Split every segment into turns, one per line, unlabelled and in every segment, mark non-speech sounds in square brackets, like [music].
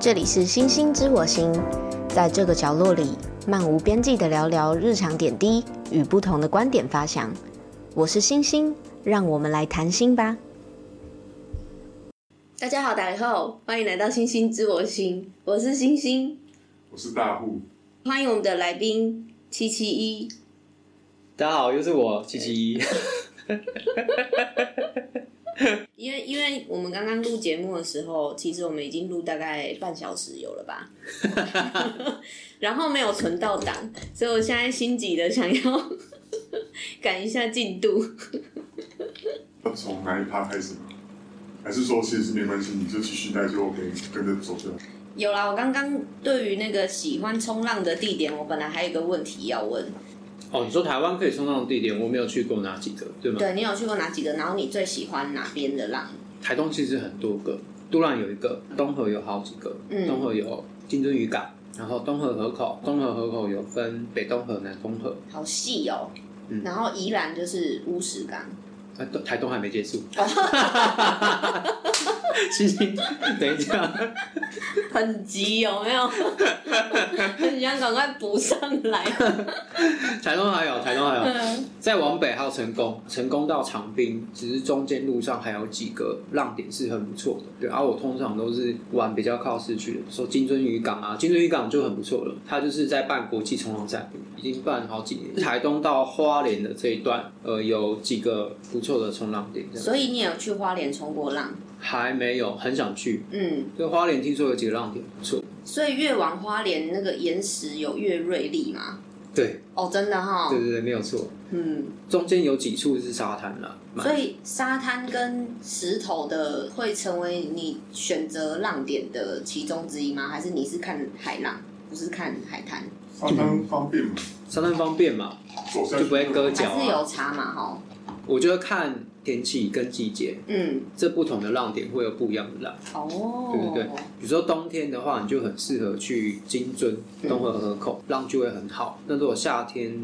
这里是星星知我心，在这个角落里，漫无边际的聊聊日常点滴与不同的观点发想。我是星星，让我们来谈心吧。大家好，打开后，欢迎来到星星知我心，我是星星，
我是大户，
欢迎我们的来宾七七一。
大家好，又是我七七一。
因为因为我们刚刚录节目的时候，其实我们已经录大概半小时有了吧，然后没有存到档，所以我现在心急的想要 [laughs] 赶一下进度。
要从哪一趴开始吗？还是说其实没关系，你就继续带就 OK，跟着走就好。
有啦，我刚刚对于那个喜欢冲浪的地点，我本来还有一个问题要问，
哦，你说台湾可以冲浪的地点，我没有去过哪几个，对吗？
对你有去过哪几个？然后你最喜欢哪边的浪？
台东其实很多个，都兰有一个，东河有好几个，
嗯
东河有金针渔港，然后东河河口，东河河口有分北东河、南东河，
好细哦、
嗯
然后宜兰就是乌石港，
啊，都台东还没
[laughs]
结束。 [laughs] 星星，等一下，
很急有没有？很想赶快补上来。
台东还有，台东还有，
嗯
再往北还有成功，成功到长滨，只是中间路上还有几个浪点是很不错的。对，而、啊我通常都是玩比较靠市区的，说金针渔港啊，金针渔港就很不错了。它就是在办国际冲浪赛，已经办好几年。台东到花莲的这一段，呃，有几个不错的冲浪点，这样
所以你有去花莲冲过浪？
还没有，很想去。
嗯，
对，花莲听说有几个浪点不错。
所以越往花莲那个岩石有越锐利嘛？
对，
哦，真的哈、
对对对，没有错。
嗯，
中间有几处是沙滩啦，蛮
所以沙滩跟石头的会成为你选择浪点的其中之一吗？还是你是看海浪，不是看海滩？
沙滩方便嘛，
沙滩方便嘛，
走下去
就不会割脚
还是
啊。
有差嘛？哈，
我觉得看天气跟季节。
嗯，
这不同的浪点会有不一样的浪。
哦，
对对对比如说冬天的话，你就很适合去金樽、
嗯
东河河口，浪就会很好。那如果夏天，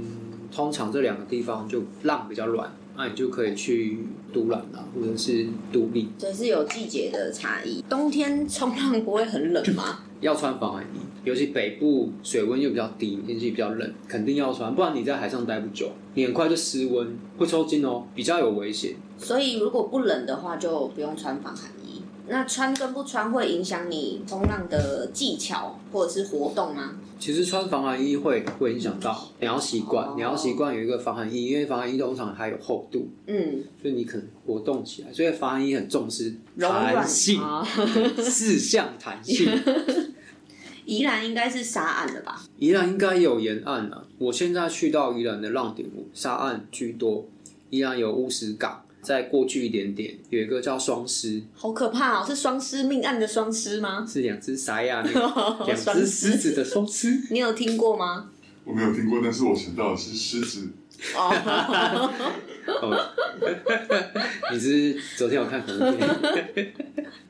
通常这两个地方就浪比较软，那你就可以去都兰啊，或者是都立，
所以是有季节的差异。冬天冲浪不会很冷吗？
要穿防寒衣。尤其北部水温又比较低，天气比较冷，肯定要穿，不然你在海上待不久，你很快就失温，会抽筋哦，比较有危险。
所以如果不冷的话，就不用穿防寒衣。那穿跟不穿会影响你冲浪的技巧或者是活动吗？
其实穿防寒衣会会影响到，你要习
哦
惯，你要习惯有一个防寒衣，因为防寒衣通常还有厚度，
嗯，
所以你可能活动起来，所以防寒衣很重视
柔软
弹性，
啊，
四项弹
[laughs]
性。
宜兰应该是沙岸了吧？
宜兰应该有沿岸啊，我现在去到宜兰的浪点沙岸居多，宜兰有乌石港，再过去一点点有一个叫双狮，
好可怕哦！是双狮命案的双狮吗？
是两只沙亚
[laughs]
那个两
双狮
只狮子的双狮。
你有听过吗？
我没有听过，但是我想到的是狮子，
哦， [laughs]
哦，你是昨天有看恐怖片？
[laughs]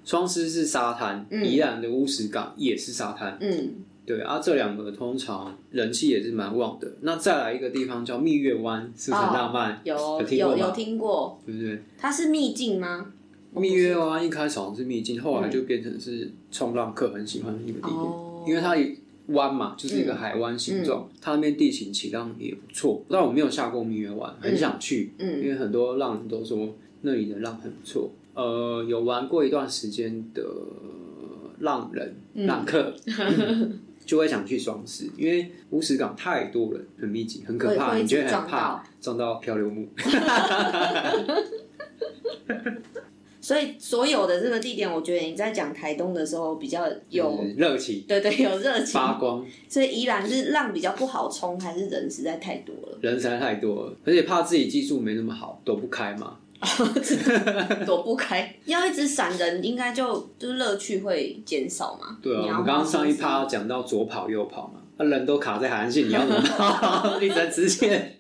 双狮是沙滩，
嗯
宜兰的乌石港也是沙滩，
嗯，
对啊，这两个通常人气也是蛮旺的。那再来一个地方叫蜜月湾，是不是很浪漫？
有
有听过
有
吗
有听过，
对不对？
它是秘境吗？
蜜月湾一开始好像是秘境，后来就变成是冲浪客很喜欢的一个地点，
哦
因为它湾嘛，就
嗯
是一个海湾形状，它那边地形起浪也不错。但我没有下过蜜月湾，很想去，因
嗯
为很多浪人都说那里的浪很不错。呃，有玩过一段时间的浪人、
嗯
浪
[laughs]
客，就会想去双十，因为乌石港太多人，很密集，很可怕，
会会一
你
直
觉得很
撞到
怕撞到漂流木。
所以所有的这个地点，我觉得你在讲台东的时候比较有
就是， [laughs] 热情
对对，有热情，
嗯发光，
所以宜兰是浪比较不好冲，还是人实在太多了，
人才太多了，而且怕自己技术没那么好，躲不开嘛。
躲不开？要一直闪人，应该就就是乐趣会减少嘛。
对啊，
你
我
要
们刚刚上一
放
趴
松
讲到左跑右跑嘛，那人都卡在海岸线，你要怎么跑？ [laughs] 一直直线，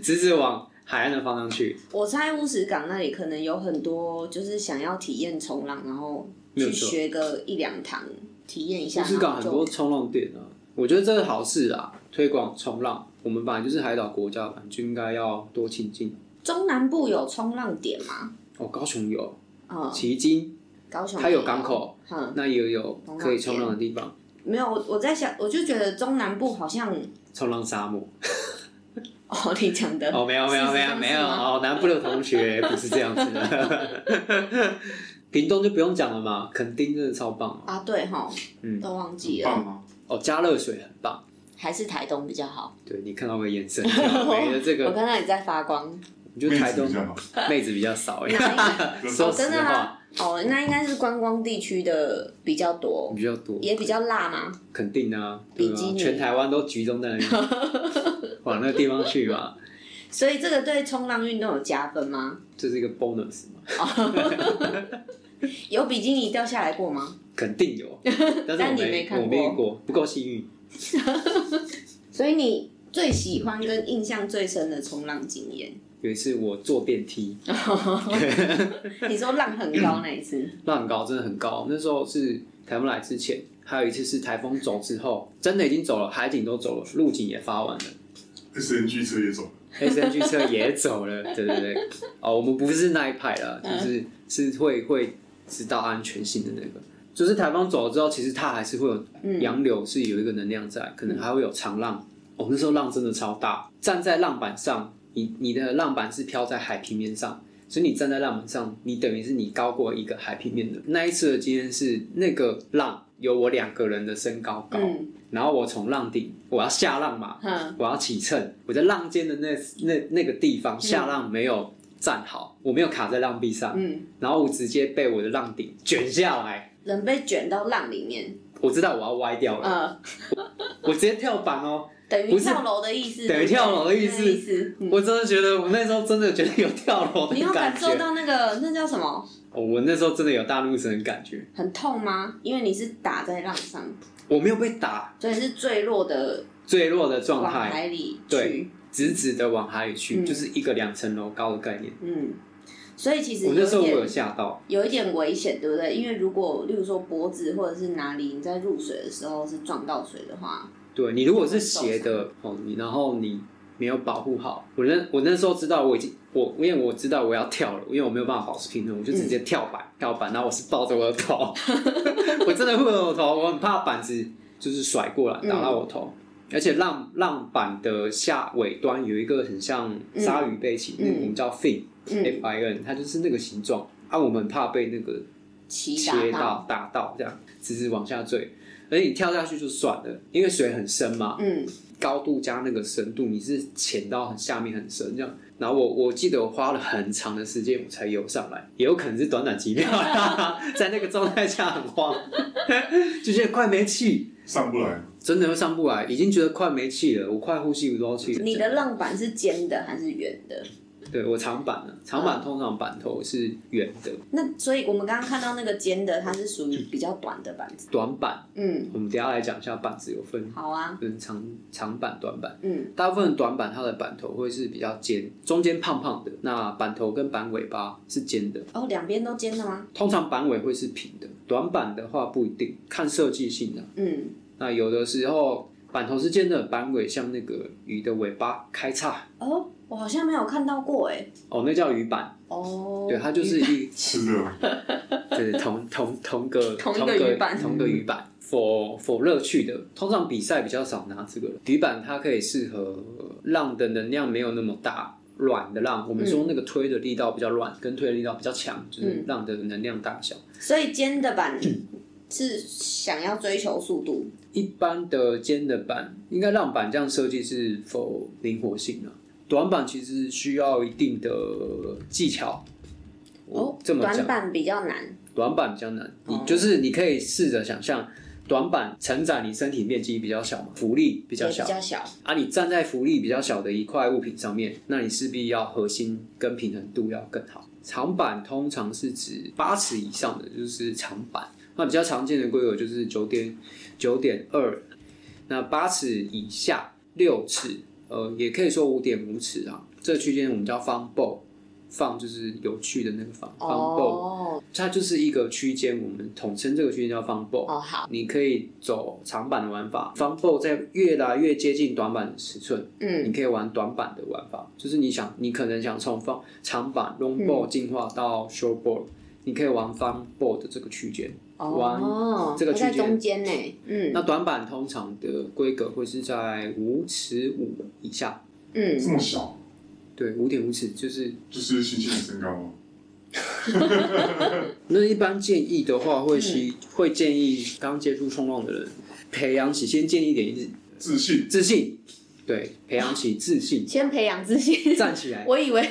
直直往海岸的方
[laughs]
向去。
我猜乌石港那里可能有很多就是想要体验冲浪，然后
没有
去
错
学个一两堂，体验一下。
乌石港
然后
很
就
多冲浪店啊，我觉得这是好事啊，推广冲浪。我们本来就是海岛国家，本来就应该要多亲近。
中南部有冲浪点吗？
哦，高雄有
嗯，
旗津，
高雄
它有港口，
嗯，
那也有
冲浪
可以冲浪的地方，
没有我我在想，我就觉得中南部好像
冲浪
[laughs]
沙漠。
哦，你讲的
哦，没有没
是
有
这
没有
样
没
子
有
吗
哦，南部的同学不是这样子的。 [laughs] 屏东就不用讲了嘛，垦丁真的超棒哦
啊，对哈，
嗯
都忘记了，
棒啊！
哦，加热水很棒。
还是台东比较好。
对你看到我的眼神，没了这
[laughs] 我
个，
看到你在发
[laughs]
光，
你就
妹
台
子
东
比较好，
妹子比
[laughs]
较少哎、
哪
一个
说
哦，
实
真的
话，
吗？哦，那应该是观光地区的比较多，
比较多，
也比较辣吗？
肯定啊，对
比基
啊，
尼
全台湾都集中在
[laughs]
那里，往那个地方去嘛，
所以这个对冲浪运动有加分吗？
这是一个 bonus 嘛，
有比基尼掉下来过吗？
肯定
[laughs]
有，但是我
但你
没
没看
我
过
没遇过，不够幸运。
所以你最喜欢跟印象最深的冲浪经
[laughs]
验，
有一次我坐电梯，
你说浪很高那一次，
浪很高，真的很高。那时候是台风来之前，还有一次是台风走之后，真的已经走了，海景都走了，路景也发完了
SNG 车也走了，
，S N G 车也走了，对对对。哦，我们不是那一派啦，就是是会会知道安全性的那个。就是台风走了之后，其实它还是会有洋流，是有一个能量在，可能还会有长浪。哦，那时候浪真的超大，站在浪板上，你你的浪板是飘在海平面上，所以你站在浪板上，你等于是你高过一个海平面的。那一次的经验是，那个浪有我两个人的身高高，
嗯
然后我从浪顶，我要下浪嘛，
哼，
我要起乘，我在浪尖的那那那个地方下浪没有站好，我没有卡在浪壁上，
嗯，
然后我直接被我的浪顶卷下来，
人被卷到浪里面，
我知道我要歪掉了，
呃，
我直接跳板哦，
等于
不是
跳楼的意思，
等于跳楼的意思
那意思，嗯
我真的觉得我那时候真的觉得有跳楼
你
的
有感
感
受
觉，
到那个那叫什么？
哦我那时候真的有大怒神的感觉，
很痛吗？因为你是打在浪上，
我没有被打，
所以是坠落的
坠落的状
往
态，
海里
对
去。
直直的往海里去，
嗯
就是一个两层楼高的概念。
嗯，所以其实
我那时候
有
我
一
有
点
吓到，
有一点危险，对不对？因为如果例如说脖子或者是哪里，你在入水的时候是撞到水的话，
对你如果是斜的哦，你然后你没有保护好，我那我那时候知道我已经我因为我知道我要跳了，因为我没有办法保持平衡，我就直接
嗯
跳板、跳板，然后我是抱着我的头， [laughs] 我真的会有头，我很怕板子就是甩过来打到
嗯
我头。而且浪浪板的下尾端有一个很像鲨鱼背鳍，
嗯
那个我们叫 fin、
嗯，
f i n，它就是那个形状。啊，我们怕被那个
骑
切
打
到
到，
打到这样，直直往下坠。而且你跳下去就算了，因为水很深嘛，
嗯
高度加那个深度，你是潜到很下面很深这样。然后我我记得我花了很长的时间我才游上来，也有可能是短短几秒， [laughs] 在那个状态下很慌， [laughs] 就觉得快没气，
上不来，
真的会上不来，已经觉得快没气了，我快呼吸不到气了。
你的浪板是尖的还是圆的？
对我长板了，长板通常板头是圆的，
那所以我们刚刚看到那个尖的，它是属于比较短的板子。
短板
嗯，
我们等一下来讲一下板子有分
好啊，
跟长长板、短板。
嗯
大部分短板它的板头会是比较尖，中间胖胖的，那板头跟板尾巴是尖的。
哦，两边都尖的吗？
通常板尾会是平的，短板的话不一定，看设计性的、
嗯，
那有的时候板头是尖的，板尾像那个鱼的尾巴开叉，
哦，我好像没有看到过哎。
哦，那叫鱼板，
哦，
对，它就是一
吃的
[laughs] 就是同同同个
[laughs] 同一个
个
鱼板
同个鱼板。否否乐趣的，通常比赛比较少拿这个了鱼板，它可以适合浪的能量没有那么大，软的浪。我们说那个推的力道比较软，跟推的力道比较强，就是
嗯
浪的能量大小。
所以尖的板
嗯
是想要追求速度，
一般的尖的板，应该浪板这样设计是否灵活性啊？短板其实需要一定的技巧。
哦
我，这么
短
讲，
板比较难，
短板比较难，你
哦
就是你可以试着想象，短板承载你身体面积比较小嘛，浮力比
比
较小
比较小，
啊，你站在浮力比较小的一块物品上面，那你势必要核心跟平衡度要更好。长板通常是指八尺以上的就是长板，那比较常见的规格就是九点九点二，那八尺以下六尺，呃，也可以说五点五尺啊，这区间我们叫方 b 放就是有趣的那个方方 b
哦
它就是一个区间，我们统称这个区间叫方 b
哦好，
你可以走长板的玩法，方 b 在越来越接近短板的尺寸，
嗯
你可以玩短板的玩法，就是你想，你可能想从方长板 long b 进化到 short b o a r 你可以玩 fun board 这个区间。
哦，
这个
它
区
在
间
中间呢，嗯
那短板通常的规格会是在五尺五以下，
嗯，
这么小，
对，五点五尺就是。
就是星星的身高啊。
那一般建议的话，会是会建议刚接触冲浪的人培养起，先建议一点
自信，
自信，对，培养起自信，
先培养自信。 [laughs]
站起来，
我以为，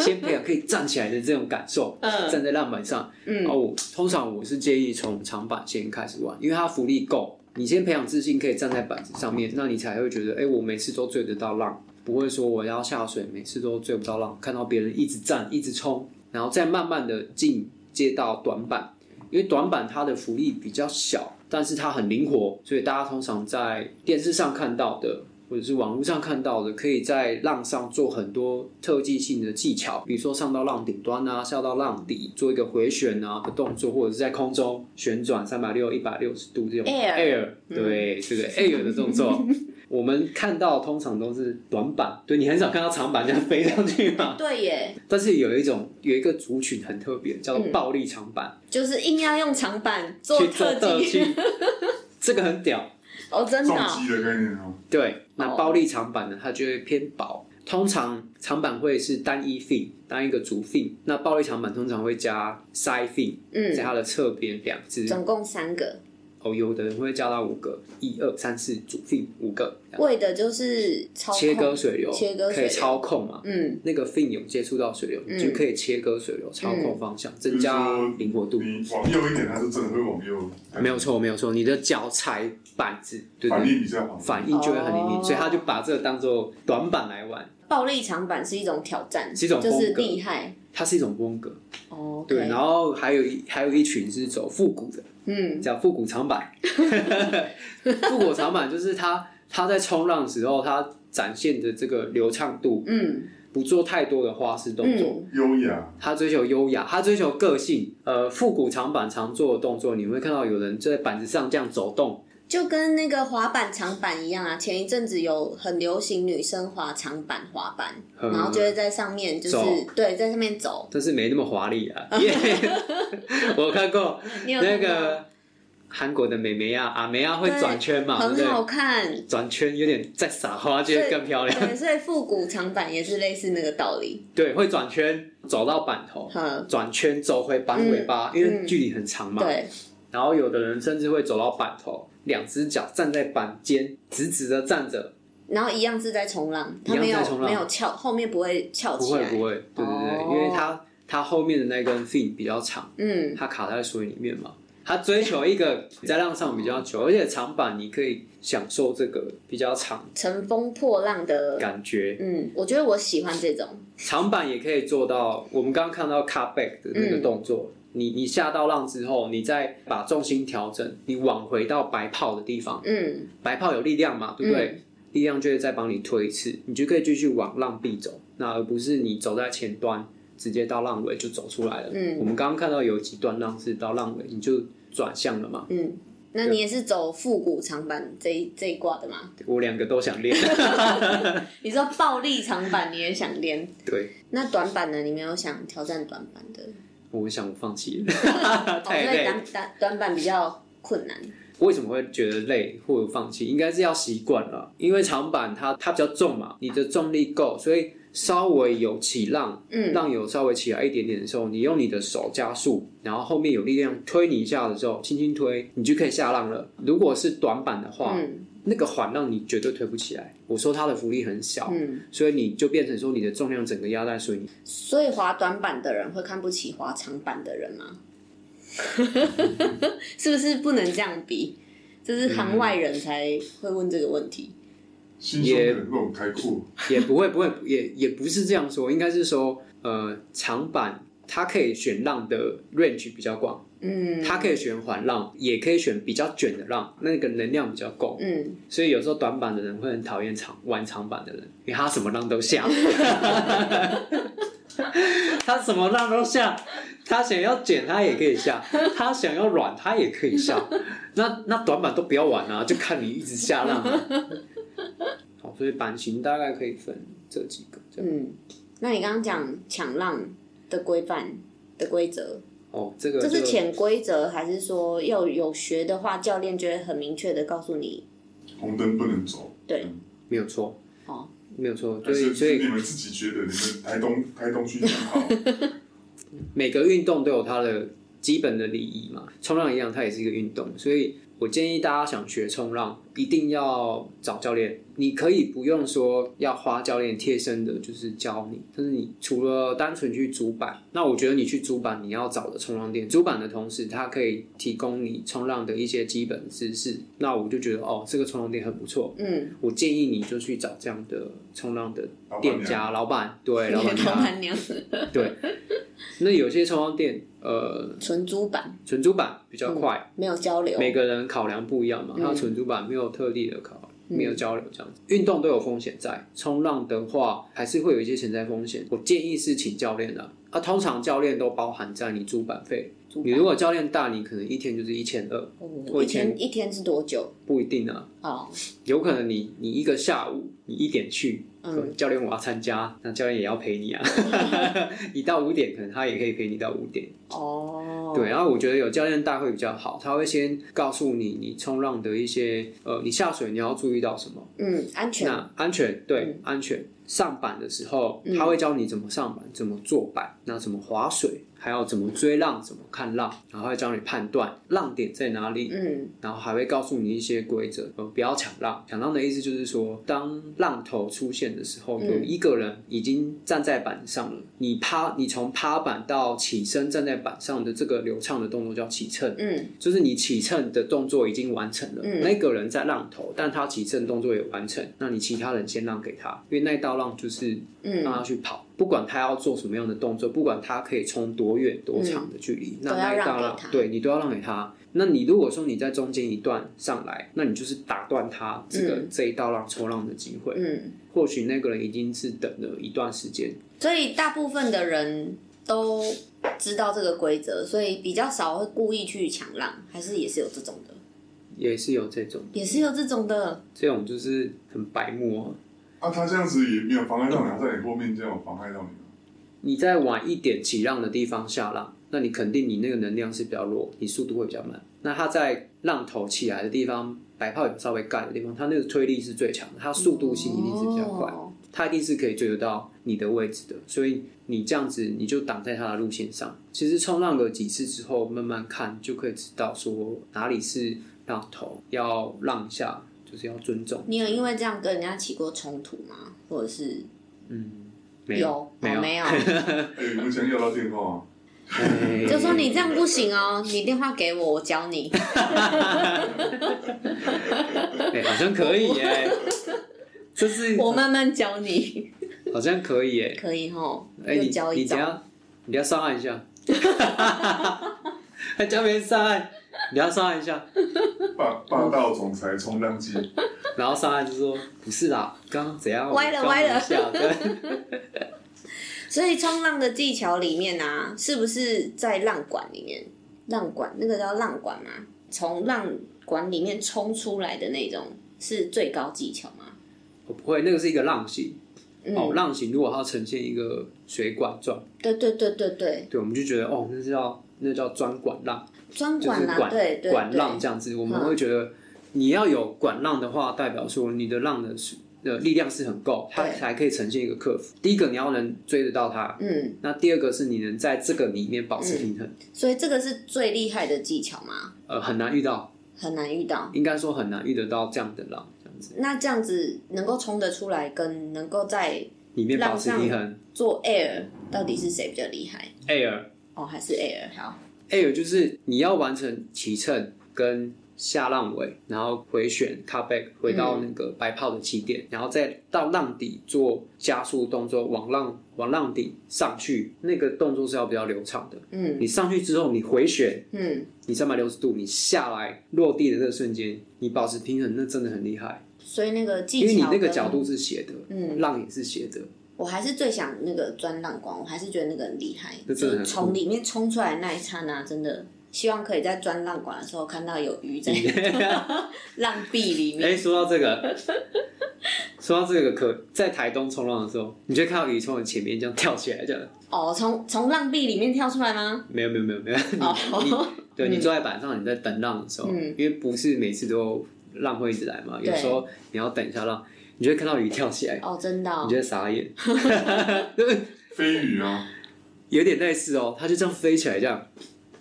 先培养可以站起来的这种感受，
嗯
站在浪板上。
嗯
哦，通常我是建议从长板先开始玩，因为它浮力够，你先培养自信，可以站在板子上面，那你才会觉得，哎、我每次都追得到浪，不会说我要下水，每次都追不到浪，看到别人一直站，一直冲，然后再慢慢的进接到短板，因为短板它的浮力比较小，但是它很灵活，所以大家通常在电视上看到的。或者是网络上看到的，可以在浪上做很多特技性的技巧，比如说上到浪顶端啊，下到浪底，做一个回旋啊的动作，或者是在空中旋转三百六、一百六十度这种
Air
air，对，这个 air 的动作，我们看到通常都是短板，对你很少看到长板这样飞上去嘛。
对耶，
但是有一种有一个族群很特别，叫做暴力长板，
就是硬要用长板嗯做
去做
特
特
技，
技，这个很屌。
[laughs] 哦，真的
重
哦，
击的概念哦，
对，那
哦
暴力长板呢，它就会偏薄。通常长板会是单一 fin，单一个足 fin。那暴力长板通常会加 side fin，
嗯，
在它的侧边两只。
总共三个，
哦，有的人会加到五个，一二三四足 fin 五个，
为的就是操控
切割，水流，
切割水
可以
流
操控嘛。
嗯，
那个 fin 有接触到水流，
嗯
就可以切割水流，操控方向，增
就是
加
说
灵活度。
你往右一点，它是真的会往右，
没有错，没有错，你的脚踩板子，对
反
对，
应比较好。
反应就会很灵敏，
哦
所以他就把这个当做短板来玩，
暴力长板是一种挑战，
是一种风
就
格
是厉害，
它是一种风格。
哦，
对，然后还有一还有一群是走复古的，
嗯
叫复古长板。 [laughs] 复古长板就是它它在冲浪的时候，它展现的这个流畅度，
嗯
不做太多的花式动作。
嗯，
优雅，
它追求优雅，它追求个性。呃，复古长板常做的动作，你会看到有人就在板子上这样走动。
就跟那个滑板长板一样啊，前一阵子有很流行女生滑长板滑板，
嗯
然后就会在上面就是
走
对，在上面走，
但是没那么华丽
[laughs]
啊， [laughs] 耶我看过
你有
那
看过吗
个韩国的美眉啊，阿梅啊会
对
转圈嘛，对不
很好
对？
看，
转圈有点在撒花，就会更漂亮。
对，所以复古长板也是类似那个道理。
[laughs] 对，会转圈走到板头，
嗯，
转圈走回板尾巴，因为距离很长嘛。
对，
然后有的人甚至会走到板头，两只脚站在板尖，直直的站着，
然后一样是在冲浪，它
一样
没有
在冲浪
没有翘，后面不会翘
不
起
会
来。
不会，对对对，
哦
因为它它后面的那根 fin 比较长，
嗯，
它卡在水里面嘛。它追求一个在浪上比较
[laughs] 嗯
久，而且长板你可以享受这个比较长
乘风破浪的，
感觉。
嗯，我觉得我喜欢这种，
长板也可以做到，我们刚刚看到 cut back 的那个动作，你你下到浪之后，你再把重心调整，你往回到白泡的地方，
嗯，
白泡有力量嘛，对不对？力量就会再帮你推一次，你就可以继续往浪壁走，那而不是你走在前端，直接到浪尾就走出来了。
嗯
我们刚刚看到有几段浪是到浪尾你就转向了嘛，
嗯。那你也是走复古长板这一这一挂的吗？
我两个都想练，
你说暴力长板你也想练，
对，
那短板呢？你没有想挑战短板的？
我想我放弃了。
哦，所
太
以
累
短短短板比较困难。
为什么会觉得累或者放弃？应该是要习惯了，因为长板它它比较重嘛，你的重力够，所以稍微有起浪，
嗯
浪有稍微起来一点点的时候，你用你的手加速，然后后面有力量推你一下的时候，轻轻推，你就可以下浪了。如果是短板的话，
嗯
那个缓浪你绝对推不起来。我说它的浮力很小，
嗯，
所以你就变成说你的重量整个压在水里，
所以滑短板的人会看不起滑长板的人吗？ [laughs] 是不是不能这样比？这是行外人才会问这个问题。
心胸可能会很开阔，
也不会不 [laughs] 会也也不是这样说，应该是说呃长板它可以选浪的 range 比较广。
嗯，
它可以选缓浪，也可以选比较卷的浪，那个能量比较够。
嗯，
所以有时候短板的人会很讨厌长玩长板的人，因为他什么浪
[laughs]
都下，他什么浪都下，他想要卷他也可以下，他想要软他也可以下。那那短板都不要玩啊，就看你一直下浪、啊。好，所以版型大概可以分这几个这样。
嗯，那你刚刚讲抢浪的规范的规则，
哦，这个
这是
就
潜规则，还是说要有学的话，教练就会很明确的告诉你？
红灯不能走。
对，
没有错，
哦，
没有错，所
但
以
是
所
是
以
你们自己觉得，你们台东 [laughs] 台东区很好，
每个运动都有它的基本的礼仪嘛，冲浪一样，它也是一个运动，所以我建议大家想学冲浪，一定要找教练。你可以不用说要花教练贴身的，就是教你，但是你除了单纯去主板，那我觉得你去主板，你要找的冲浪店，主板的同时，它可以提供你冲浪的一些基本知识。那我就觉得哦，这个冲浪店很不错，
嗯，
我建议你就去找这样的冲浪的
老板
店
娘
家老板，对 [laughs] 老板
老
娘。
板娘
那有些冲浪店，呃，
纯租版
纯租版比较快，
没嗯有交流，
每个人考量不一样嘛。
嗯
他纯租版没有特例的考，没有交流这样子。运动都有风险在，冲浪的话还是会有一些潜在风险。我建议是请教练的、啊，通常教练都包含在你租板费。
租
你
版
如果教练大，你可能一天就是一千二，
哦
我
一
以前
天一天是多久？
不一定啊。
哦，
有可能你你一个下午你一点去，
嗯
说教练我要参加，那教练也要陪
[laughs]
你啊。 [laughs] 你到五点，可能他也可以陪你到五点。
哦，
对，然后我觉得有教练带会比较好，他会先告诉你你冲浪的一些呃，你下水你要注意到什么。
嗯，安全，嗯
那安全对、安全，上板的时候他会教你怎么上板，怎么坐板，那怎么划水，还有怎么追浪，怎么看浪，然后会教你判断浪点在哪里，
嗯，
然后还会告诉你一些规则，呃，不要抢浪。抢浪的意思就是说，当浪头出现的时候，有一个人已经站在板上了，你趴，你从趴板到起身站在板上的这个流畅的动作叫起蹭，
嗯，
就是你起蹭的动作已经完成了，那个人在浪头，但他起蹭动作也完成，那你其他人先让给他，因为那道浪就是
嗯
让他去跑，不管他要做什么样的动作，不管他可以冲多远多长的距离，那
都要
那一
让
道
给
浪
他
对你都要让给他。那你如果说你在中间一段上来，那你就是打断他这个、
嗯
这一道浪抽浪的机会。
嗯，
或许那个人已经是等了一段时间，
所以大部分的人都知道这个规则，所以比较少会故意去抢浪，还是也是有这种的，
也是有这种，
也是有这种的，
这种就是很白目、哦。
啊，他这样子也没有妨碍到你，他在你后面这样有妨碍到你吗。
你在晚一点起浪的地方下浪，那你肯定你那个能量是比较弱，你速度会比较慢。那它在浪头起来的地方，白泡有稍微盖的地方，它那个推力是最强的，它速度性一定是比较快，
哦
它一定是可以追得到你的位置的。所以你这样子，你就挡在它的路线上。其实冲浪个几次之后，慢慢看就可以知道说哪里是浪头，要浪下就是要尊重。
你有因为这样跟人家起过冲突吗？或者是
没
有
没有，
哦没有？
哎，你们想要到电话啊？
哎
就说你这样不行哦，你电话给我，我教你。
[laughs] 哎、好像可以耶、
[laughs]
这是
我慢慢教你， [laughs]
好像可以耶、
可以吼，
哎、
又
你
教一
你等
招。
下你等下上岸一下， [laughs] 还教别人上岸，你要上岸一下，
霸霸道总裁冲浪机，
然后上岸就说不是啦，刚刚怎样
歪了
我刚
歪了
一下
[laughs]
对，
所以冲浪的技巧里面啊，是不是在浪管里面？浪管那个叫浪管吗？从浪管里面冲出来的那种是最高技巧吗？
我哦不会，那个是一个浪形。
嗯，
哦，浪形如果它呈现一个水管状，
对对对对对，
对，我们就觉得哦，那是叫那叫钻管浪，
专
就是
管啦，
管
对对
管
对，
浪这样子，我们
嗯
会觉得你要有管浪的话，代表说你的浪的是呃力量是很够，它
对
才可以呈现一个克服。第一个你要能追得到它，
嗯，
那第二个是你能在这个里面保持平衡，
所以这个是最厉害的技巧嘛，
呃，很难遇到，
很难遇到。
应该说很难遇得到这样的浪，这样子
那这样子能够冲得出来，跟能够在
里面保持平衡。
做 air，到底是谁比较厉害？
air
哦，还是 air 好？
air 就是你要完成起乘跟下浪尾，然后回旋 cut back 回到那个白泡的起点，然后再到浪底做加速动作，往浪往浪底上去，那个动作是要比较流畅的。
嗯
你上去之后，你回旋，
嗯，
你三百六十度，你下来落地的那个瞬间，你保持平衡，那真的很厉害。
所以那个技
因
巧，
为你那个角，度是斜的，
嗯
浪也是斜的，
我还是最想那个钻浪光，我还是觉得那个很厉害，
那
就
真的很
是从里面冲出来那一刹那，真的。希望可以在钻浪管的时候
[laughs]
看到有鱼在 [laughs] 浪壁里
哎、
面， [laughs]
说到这个，说到这个可，在台东冲浪的时候，你就看到李冲的前面这样跳起来，这样
哦，从从浪壁里面跳出来吗？
没有没有没有没有， [laughs] 你你
哦，
对
嗯
你坐在板上，你在等浪的时候，
嗯
因为不是每次都浪会一直来嘛，
对
有时候你要等一下浪，你就会看到鱼跳起来，
[laughs] 哦，真的哦、
你就会傻眼，
飞鱼啊，
有点类似哦，它就这样飞起来，这样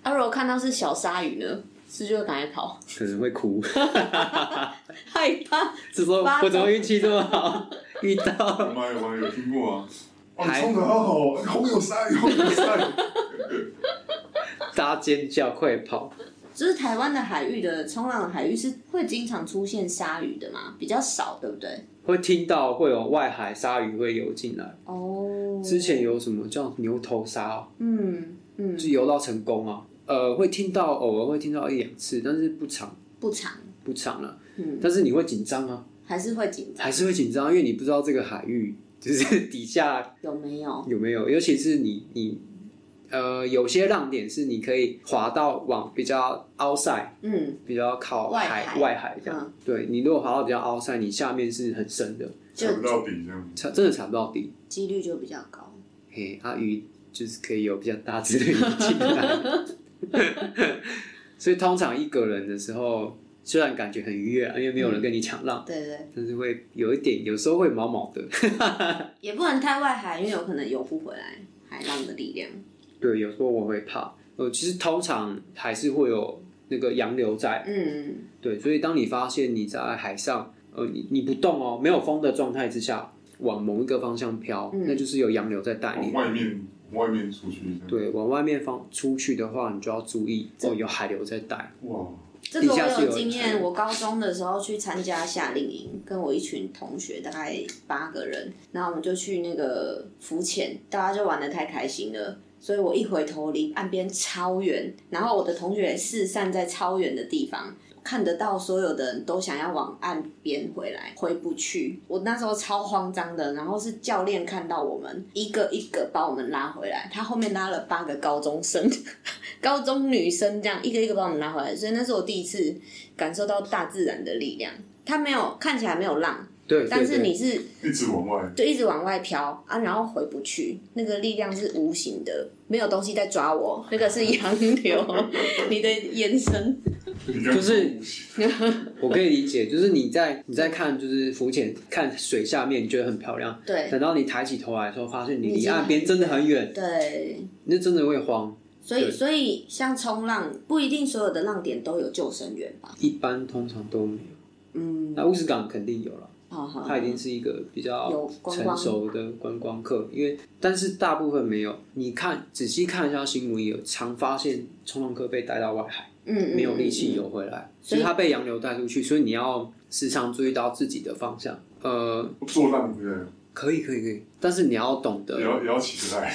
啊，如果看到是小鲨鱼呢，是不是就会赶快跑，
可能会哭， [laughs]
害怕。
这时候
发抖
我怎么运气这么好， [laughs] 遇到
有吗？有吗？有听过啊？哦，
还
你冲的好好哦，好有鲨鱼，好有鲨鱼。
[laughs] 大家尖叫快跑，
就是台湾的海域的冲浪的海域是会经常出现鲨鱼的嘛，比较少，对不对？
会听到会有外海鲨鱼会游进来，
哦，
之前有什么叫牛头鲨、哦，
嗯嗯
就是游到成功啊，呃，会听到偶尔会听到一两次，但是不长
不长，
不长了，
嗯，
但是你会紧张啊。
还是会紧张，
还是会紧张，因为你不知道这个海域 [laughs] 就是底下
有没有？
有没有，尤其是你你呃有些浪点是你可以滑到往比较 outside，
嗯，
比较靠
外
海
海嗯
这样。对你如果滑到比较 outside，你下面是很深的，
踩不到底这样。
踩真的踩不到底。
几率就比较高。
嘿，阿、鱼就是可以有比较大只的鱼进来， [laughs] 所以通常一个人的时候，虽然感觉很愉悦啊，因为没有人跟你抢浪，
对对，
但是会有一点，有时候会毛毛的。
也不能太外海，因为有可能游不回来海浪的力量。
对，有时候我会怕。呃，其实通常还是会有那个洋流在。
嗯，
对，所以当你发现你在海上，呃，你你不动哦，没有风的状态之下，往某一个方向飘，
嗯
那就是有洋流在带
往
你。
外面，往外面出去这样。，
哎对，往外面方出去的话，你就要注意哦，有海流在带。
哇，
这个
底
我
下是有
有经
人
验。
的
我高中的时候去参加夏令营，跟我一群同学大概八个人，然后我们就去那个浮潜，大家就玩的太开心了。所以我一回头离岸边超远，然后我的同学也四散在超远的地方，看得到所有的人都想要往岸边回来，回不去。我那时候超慌张的，然后是教练看到我们一个一个把我们拉回来，他后面拉了八个高中生，高中女生这样一个一个把我们拉回来，所以那是我第一次感受到大自然的力量。它没有看起来没有浪，
对，
但
对
是
对
你是
一直往外，
就一直往外飘啊，然后回不去，那个力量是无形的，没有东西在抓我，那个是洋 [laughs] 流，你的眼神，
你刚刚
就是 [laughs] 我可以理解，就是你在你在看就是浮潜看水下面，你觉得很漂亮，
对
等到你抬起头来的时候，发现你
你已
离
经
岸
很
边真的很远，
对，
那真的会慌。
所以
对
所以像冲浪，不一定所有的浪点都有救生员吧？
一般通常都没有。
嗯，
那乌斯港肯定有了，
好好，
它已经是一个比较
有观
成
光
熟的观光客，因为但是大部分没有。你看仔细看一下新闻，有常发现冲浪客被带到外海，
嗯
没有力气，
嗯嗯
游回来，
所
所
以
以他被洋流带出去，所以你要时常注意到自己的方向。呃，
做浪回来，
可以可以可以，但是你要懂
也
得，
要也要起
[laughs]
来。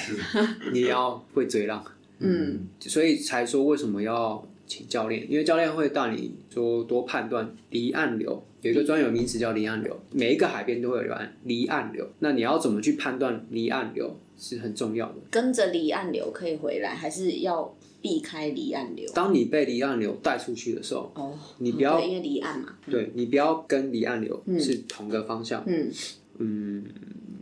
你要会追浪，
嗯，
所以才说为什么要。请教练，因为教练会带你说多判断离岸流，有一个专有名词叫离岸流，每一个海边都会有离岸离岸流。那你要怎么去判断离岸流是很重要的。
嗯跟着离岸流可以回来，还是要避开离岸流？
当你被离岸流带出去的时候，
哦，
你不要
对因为离岸嘛，
对你不要跟离岸流是同个方向。
嗯，
嗯，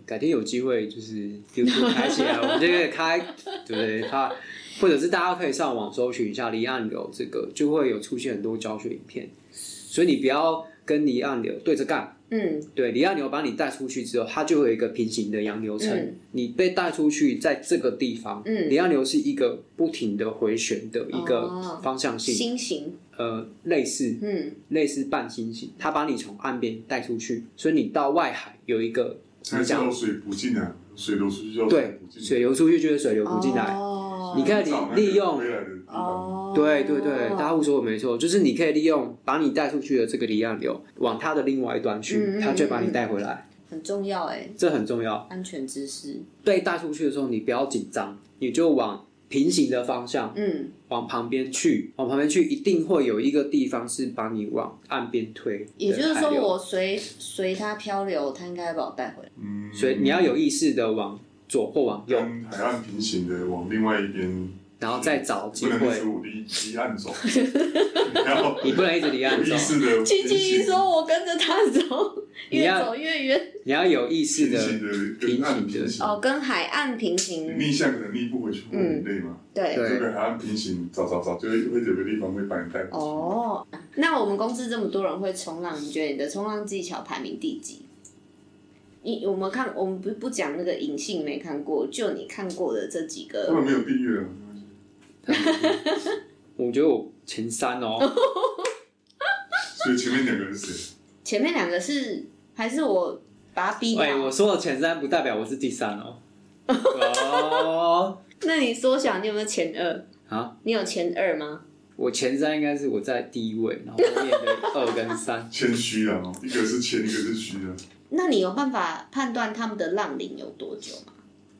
改天有机会就是 YouTube 开起
[laughs]
来，我们就可以开，对不对？它或者是大家可以上网搜寻一下离岸流，这个就会有出现很多教学影片。所以你不要跟离岸流对着干，
嗯，
对，离岸流把你带出去之后，它就会有一个平行的洋流层。
嗯
你被带出去，在这个地方，
嗯
离岸流是一个不停的回旋的一
哦
个方向性，
心形，
呃，类似
嗯，
类似半星形，它把你从岸边带出去，所以你到外海有一个怎
才
么
知
讲
道？水不进来，水流出去要
对
不，进来。
水流出去就是水流不进来。
哦
你看
找那个
利用
回来的地方，
哦，
对对对，大户说的没错，就是你可以利用把你带出去的这个离岸流往它的另外一
嗯
端
嗯
去，
嗯
它就把你带回来，
很重要哎，
这很重要。
安全知识，
被带出去的时候，你不要紧张，你就往平行的方向
嗯，
往旁边去，往旁边去，一定会有一个地方是把你往岸边推。
也就是
对海
说
流
我随随它漂流，它应该把我带
[laughs]
回来，
嗯，
所以你要有意识的往左或往右，
跟海岸平行的往另外一边，
然后再找机
不能一
会
直，离离岸
[laughs]
走，然后
你不能一直离岸
有
走
意。识的
琪琪说我跟着他走，
你
越
要
走越远。
你要有意识
平
的
行的跟岸
平
平
行
行，
哦，跟海岸平
你
行，
逆向可能逆不回去会很累嘛，
对。
对
就跟海岸平行，找找找，就会会有个地方会把你带回去。
哦，那我们公司这么多人会冲浪，你觉得你的冲浪技巧排名第几？你我们看，我们不不讲那个隐性没看过，就你看过的这几
他
嗯
个，
们没有订阅啊，
我觉得我前三哦，
[laughs]
所以前面两个人是谁？，
前面两个是还是我把它逼掉？
哎、我说的前三不代表我是第
[laughs]
三哦。哦，
那你缩小，你有没有前二？
啊，
你有前二吗？
我前三应该是我在第一位，然后后面的二跟三
[laughs]
谦虚啊，一个是谦，一个是虚啊。
那你有办法判断他们的浪龄有多久吗？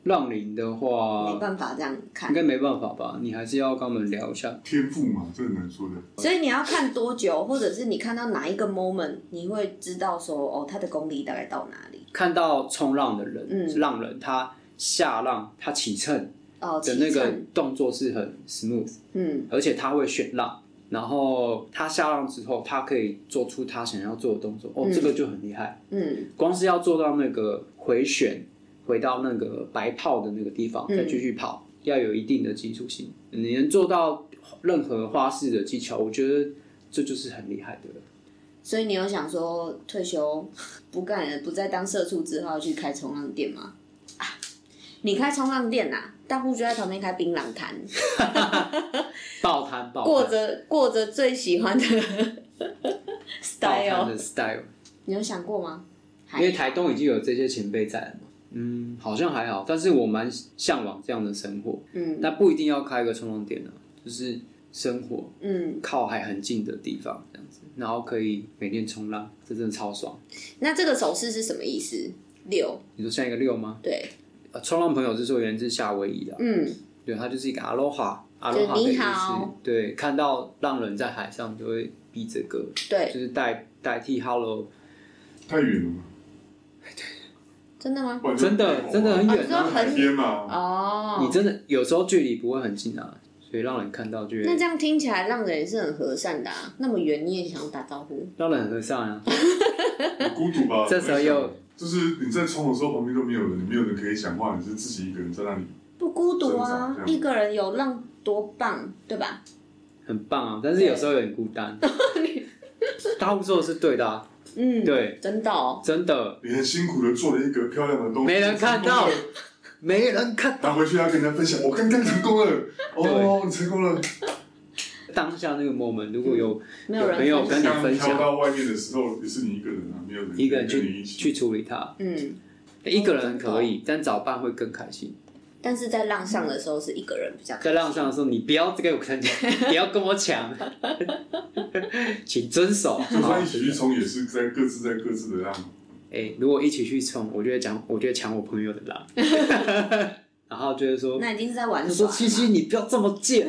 浪龄的
没
话
办法这样看
应，该没办法吧？你还是要跟我们聊一下。
天赋嘛，这很难说的。
所以你要看多久，或者是你看到哪一个 moment，你会知道说哦，他的功力大概到哪里？
看到冲浪的人，
嗯
浪人他下浪他起蹭
哦，
的那
起
个
乘
动作是很 smooth，
嗯。
而且他会选浪，然后他下浪之后，他可以做出他想要做的动作，哦，
嗯
这个就很厉害。
嗯
光是要做到那个回旋，回到那个白泡的那个地
嗯
方，再继续跑，要有一定的基础性。你能做到任何花式的技巧，我觉得这就是很厉害的了。，
所以你有想说退休不干了，不再当社畜之后要去开冲浪店吗？啊，你开冲浪店呐、大户就在旁边开槟榔摊，
爆摊爆
过
摊
着过着最喜欢的 [laughs]
爆摊
style。
的 style，
你有想过吗？
因为台东已经有这些前辈在了嘛。嗯，好像还好，但是我蛮向往这样的生活。
嗯
那不一定要开个冲浪店啊，就是生活
嗯，
靠海很近的地方这样子，然后可以每天冲浪，这真的超爽。
那这个手势是什么意思？六
你说像一个六吗？
对，
呃，冲浪朋友是说源自夏威夷的啊、
嗯
对，它就是一个阿罗哈，阿
就是
罗哈的意
你
思
好。
对，看到浪人在海上就会逼这个，
对，
就是代代替 hello，
太远了嘛，
真的吗？
不然就
真的真的很
哦你
远
说
啊。
海边嘛，
哦，
你真的有时候距离不会很近啊，所以让人看到就
那
会
这样听起来让人也是很和善的啊。那么远你也想要打招呼？
让人很和善啊。
很孤独吧？
[laughs] 这时候又
就是你在冲的时候，旁边都没有人，你没有人可以讲话，你是自己一个人在那里。
不孤独
正
啊
常，这样
一个人有浪多棒，对吧？
很棒啊，但是有时候有点孤
[laughs]
单。大户做的是对的、啊，
嗯，
对，
真的哦。
真的
你很辛苦的做了一个漂亮的东西，
没人看到， [laughs] 没人看
拿回去要跟人家分享，我刚刚成功了，哦，你成功了。
当下那个 moment，如果有
没有人
朋友跟你
刚
分
飘
享，
到外面的时候，也是你一个人啊，没有人
一个嗯人
跟你
去
一起。
去处理它，
嗯，
一个人可以，但找伴会更开心。
但是在浪上的时候是一个人比较开心
在浪上的时候，你不要给我 [laughs] 看见，不要跟我抢， [laughs] 请遵守。
就
好
算一起去冲，也是在各自在各自的浪。
哎，如果一起去冲，我就会抢，我就会抢我朋友的 [laughs] 浪，然后就是说，
那已经是在玩
我
耍
说
了
七七，你不要这么贱，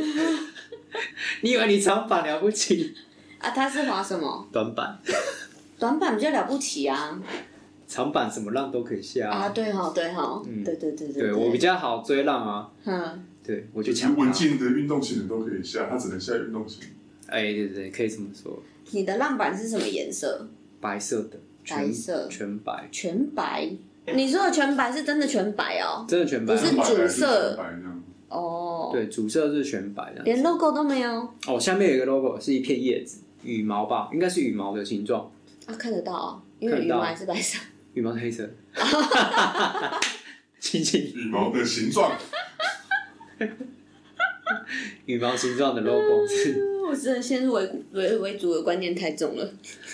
你以为你长板了不起？
啊。他是滑什么？
短板、
短板比较了不起啊！
长板什么浪都可以下
啊，对哈，对哈，对对对
嗯对
对。
我比较好追浪啊，
嗯，
对我就
就
抢啊
是
它
文。静的运动型的都可以下，他只能下运动型。
哎，对对对，可以这么说，
你的浪板是什么颜色？
白色的，全
白色
全白，
全白。你说的全白是真的全白哦？
真的全白啊。
不是主色
白这样，
哦，
对，主色是全白的。
连 logo 都没有
哦，下面有一个 logo 是一片叶子，羽毛吧，应该是羽毛的形状，
啊，看得到啊，因为
看
羽
得到
毛还是白色。 [laughs]
羽毛是黑色。 [laughs] 亲亲，
羽毛的形状，
羽毛形状的 logo 是
我真的先入为为为主的观念太重了。 [laughs]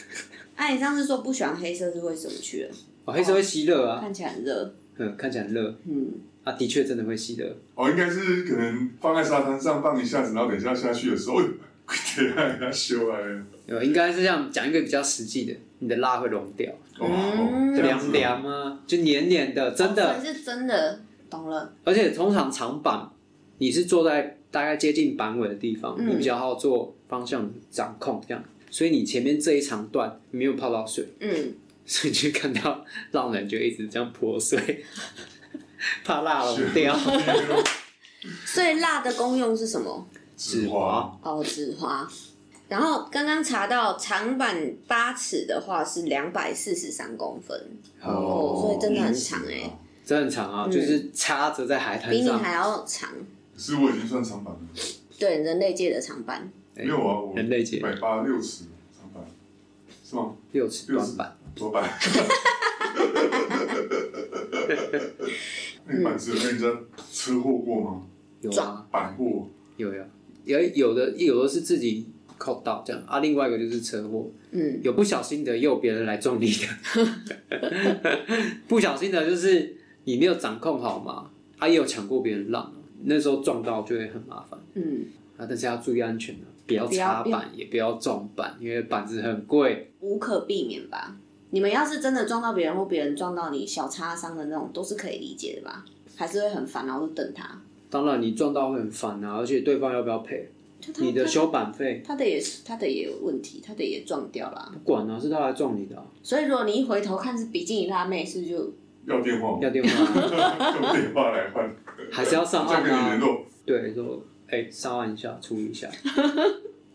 哎、你上次说不喜欢黑色是为什么去了？
哦，黑色会吸热啊，
看起来很热，
嗯，看起来很热
嗯，
啊，的确真的会吸热。
哦，应该是可能放在沙滩上放一下子，然后等一下下去的时候， [laughs] 哎给人家修啊来了，
有，应该是这样讲一个比较实际的，你的蜡会溶掉，
哦，
嗯
哦这样子
凉
哦
凉啊，就黏黏的，真的。
哦所以是真的，懂了，
而且通常长板，你是坐在大概接近板尾的地方，
嗯
你比较好做方向掌控这样，所以你前面这一长段你没有泡到水， [laughs]
嗯，
所以你就看到浪人就一直这样泼水， [laughs] 怕蜡溶掉。
所以蜡的功用是什么？
纸花，
哦，纸花，然后刚刚查到长板八尺的话是两百四十三公分，哦，所以真的很长哎、
哦
这很长啊，就是插着在海滩
嗯比你
上。
还要长。
可是我已经算长板了，
对，人类界的长板，
哎
没有啊，我
人类界
百八六尺长板，是吗？
六尺
六
短
尺
嗯
板，
多
[laughs]
板。那你板子有被人家车祸过吗？
有啊，
板过，
有呀、有有的有的是自己扣到这样啊，另外一个就是车祸，
嗯，
有不小心的，也有别人来撞你的， [laughs] 不小心的就是你没有掌控好嘛，啊，也有抢过别人浪啊，那时候撞到就会很麻烦
嗯，
啊，但是要注意安全啊，不要
不要
插板，也不要撞板，因为板子很贵，
无可避免吧。你们要是真的撞到别人或别人撞到你，小擦伤的那种都是可以理解的吧？还是会很烦，然后就等他。
当然你撞到会很烦啊，而且对方要不要赔
就他
你的
他
修板费？
他的也是他的也有问题，他的也撞掉啦。
不管啊，是他来撞你的啊、
所以如果你一回头看是比基尼辣妹，是不是就
要电话吗？
要电话啊
用电话来换，
还是要上
再 [laughs]
岸
跟你联
啊？
络。
对，说哎、上岸一下，处理一下。 [laughs]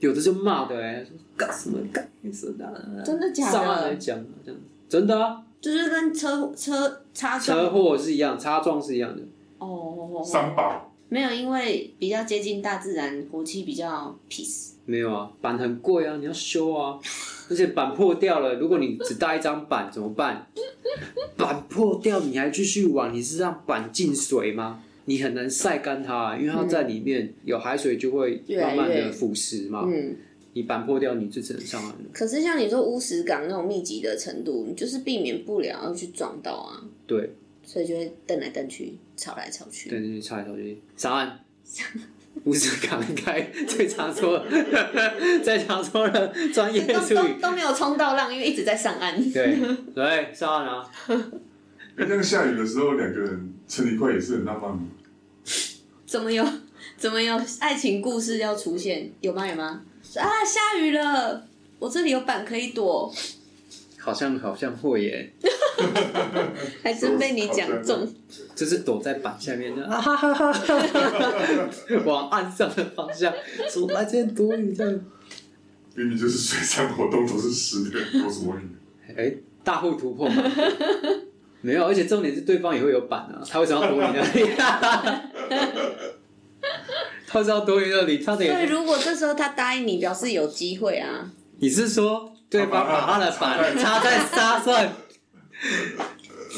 有的就骂的哎、说干什么干什么的，啊
真的假
上岸来
的？
讲啊，这样子真的啊，
就是跟车车擦撞
车祸是一样，擦撞是一样的，
哦，
三把，
没有，因为比较接近大自然，活期比较 peace。
没有啊，板很贵啊，你要修啊， [laughs] 而且板破掉了，如果你只带一张板怎么办？ [laughs] 板破掉你还继续玩，你是让板进水吗？你很难晒干它、啊，因为它在里面有海水就会
越来
慢
越
慢的腐蚀嘛。
嗯，
你板破掉，你就只能上岸了。
可是像你说乌石港那种密集的程度，你就是避免不了要去撞到啊，
对，
所以就会瞪来瞪去，吵来吵去。
对对对，差一头去上岸。五十港应该最常说， [laughs] 最常说的专业 [laughs]
都
术语
都。都没有冲到浪，因为一直在上岸。
对对，上岸啊！
哎，那个下雨的时候，两个人撑一块也是很浪漫的。
怎么有怎么有爱情故事要出现？有吗？有吗？啊，下雨了，我这里有板可以躲，
好像好像会耶，
还真被你讲中。
就是躲在板下 [laughs] 面的，啊哈哈哈哈哈，往岸上的方向走来，这边躲雨这样。
明明就是水上活动都是湿的，有什么雨？
哎，大户突 [laughs] 破嘛。没有，而且重点是对方也会有板啊，他为什么要躲你那里？ [laughs] 他是要躲你那里，他得
所以如果这时候他答应你，表示有机会啊。
你是说对方把他的板插在沙上，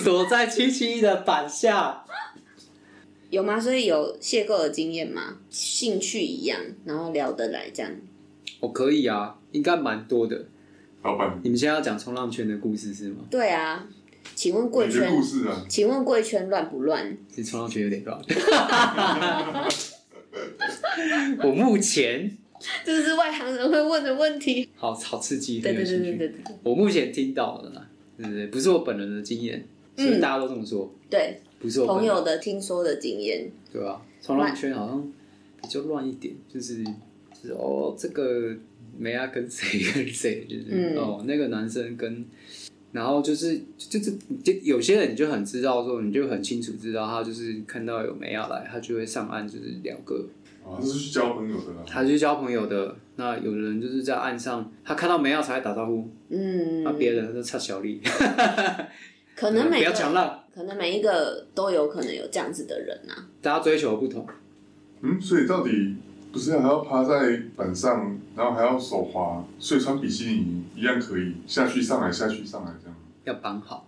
躲在七七一的板下？
有吗？所以有邂逅的经验吗？兴趣一样，然后聊得来这样。
我、可以啊，应该蛮多的。
老板，
你们现在要讲冲浪圈的故事是吗？
对啊，请问贵
你的
圈
故，事啊，
请问贵圈乱不乱？
其实冲浪圈有点乱。 [laughs] 我目前
这是外行人会问的问
[laughs]
题。
好好刺激，
对
很有
对对
兴
对对
趣。
对对
我目前听到的啦，对对对，不是我本人的经验，所以大家都这么说，
对，
不是我本
嗯朋
人
友的听说的经验，
对啊，冲浪圈好像比较乱一点，就是就是哦，这个梅亚跟谁跟谁，就是、
嗯
哦那个男生跟，然后就是就是就有些人你就很知道说，你就很清楚知道他就是看到有梅亚来，他就会上岸就是聊个，
啊，这是去交朋友的啦。
他就交朋友
嗯
的。那有的人就是在岸上，他看到梅亚才会打招呼，
嗯，
那、啊别人就差小力，
可
可
能每
[laughs] 不
个
要抢浪，
可能每一个都有可能有这样子的人啊。
大家追求不同。
嗯，所以到底不是还要趴在板上，然后还要手滑，所以穿比基尼一样可以下去上来下去上来这样，
要绑好，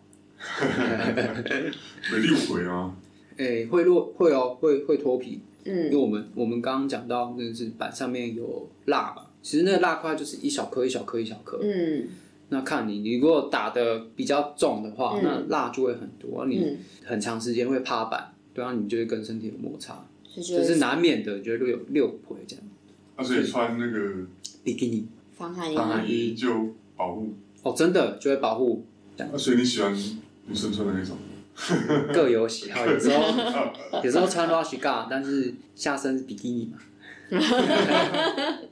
没六回啊，
诶、会落会哦，会会脱皮，因为
嗯
我们我们刚刚讲到那是板上面有蜡嘛，其实那个蜡块就是一小颗一小颗一小颗。
嗯
那看你，你如果打的比较重的话，
嗯
那蜡就会很多，你
嗯，
很长时间会趴板，对啊，你就会跟身体有摩擦，
所以就
这
是
是难免的，你就会六六回这样。
那啊所以穿那个
比基尼
防寒衣
防寒
衣就保护。
哦，真的就会保护，
那所以你喜欢女生穿的那种？
各有喜好，有时 [laughs] 候有时候穿 r a s h g a 但是下身是比基尼嘛， [laughs]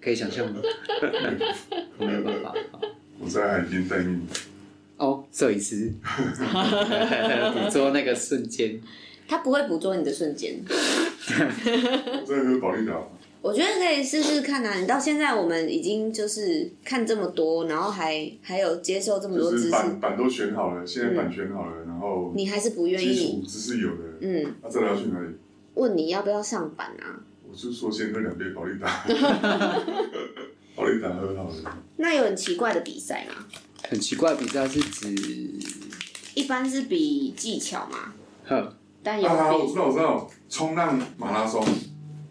可以想象吗？我 [laughs] 没有办法。好
我在海边待命，
哦，摄影师捕捉那个瞬间，
他不会捕捉你的瞬间。 [laughs]
我在喝保利达，
我觉得可以试试看啊！你到现在我们已经就是看这么多，然后还还有接受这么多
就
知
是
识，
板板都选好了，现在板选好了，然后
你还是不愿
基
意
础知识有的，
嗯
那再来要去哪里？
问你要不要上班啊？
我就说先喝两杯保利达，保利达喝好了。
那有很奇怪的比赛吗？
很奇怪，比赛是指，
一般是比技巧嘛，
哼，
但有
啊，我
比
知道，我知道，冲浪马拉松